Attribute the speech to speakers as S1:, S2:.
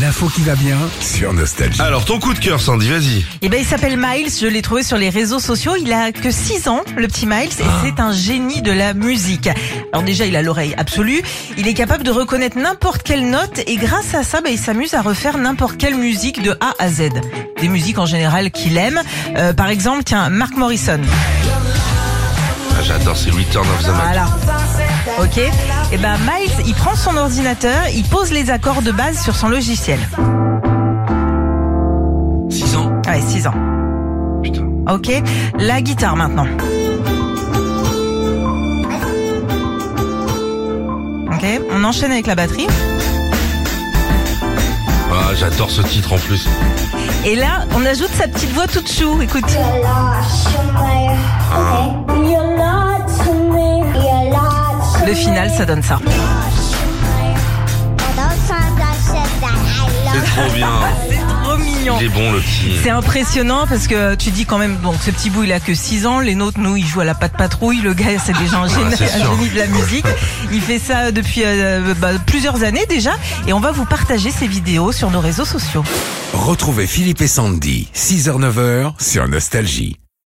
S1: L'info qui va bien sur Nostalgie.
S2: Alors, ton coup de cœur, Sandy, vas-y.
S3: Eh ben, il s'appelle Miles, je l'ai trouvé sur les réseaux sociaux. Il a que 6 ans, le petit Miles, et c'est un génie de la musique. Alors déjà, il a l'oreille absolue. Il est capable de reconnaître n'importe quelle note, et grâce à ça, ben, il s'amuse à refaire n'importe quelle musique de A à Z. Des musiques en général qu'il aime. Euh, par exemple, tiens, Mark Morrison.
S2: Ah, J'adore, c'est Return of the Mac.
S3: Voilà. Ok. Et ben Miles, il prend son ordinateur, il pose les accords de base sur son logiciel.
S2: 6 ans.
S3: Ouais, 6 ans.
S2: Putain.
S3: Ok, la guitare maintenant. Ok, on enchaîne avec la batterie.
S2: Ah, j'adore ce titre en plus.
S3: Et là, on ajoute sa petite voix toute chou. Écoute.
S4: You're lost to me. Okay. You're not to me. You're lost to
S3: Le final, ça donne ça.
S4: Those times I said that I love
S2: C'est trop bien.
S3: C'est trop mignon.
S2: Il est bon, le petit.
S3: C'est impressionnant parce que tu dis quand même, bon, ce petit bout, il a que 6 ans. Les nôtres, nous, ils jouent à la patte patrouille. Le gars, c'est déjà un génie,
S2: c'est
S3: un
S2: sûr.
S3: génie de la musique. Il fait ça depuis euh, bah, plusieurs années déjà. Et on va vous partager ces vidéos sur nos réseaux sociaux.
S1: Retrouvez Philippe et Sandy, 6h-9h sur Nostalgie.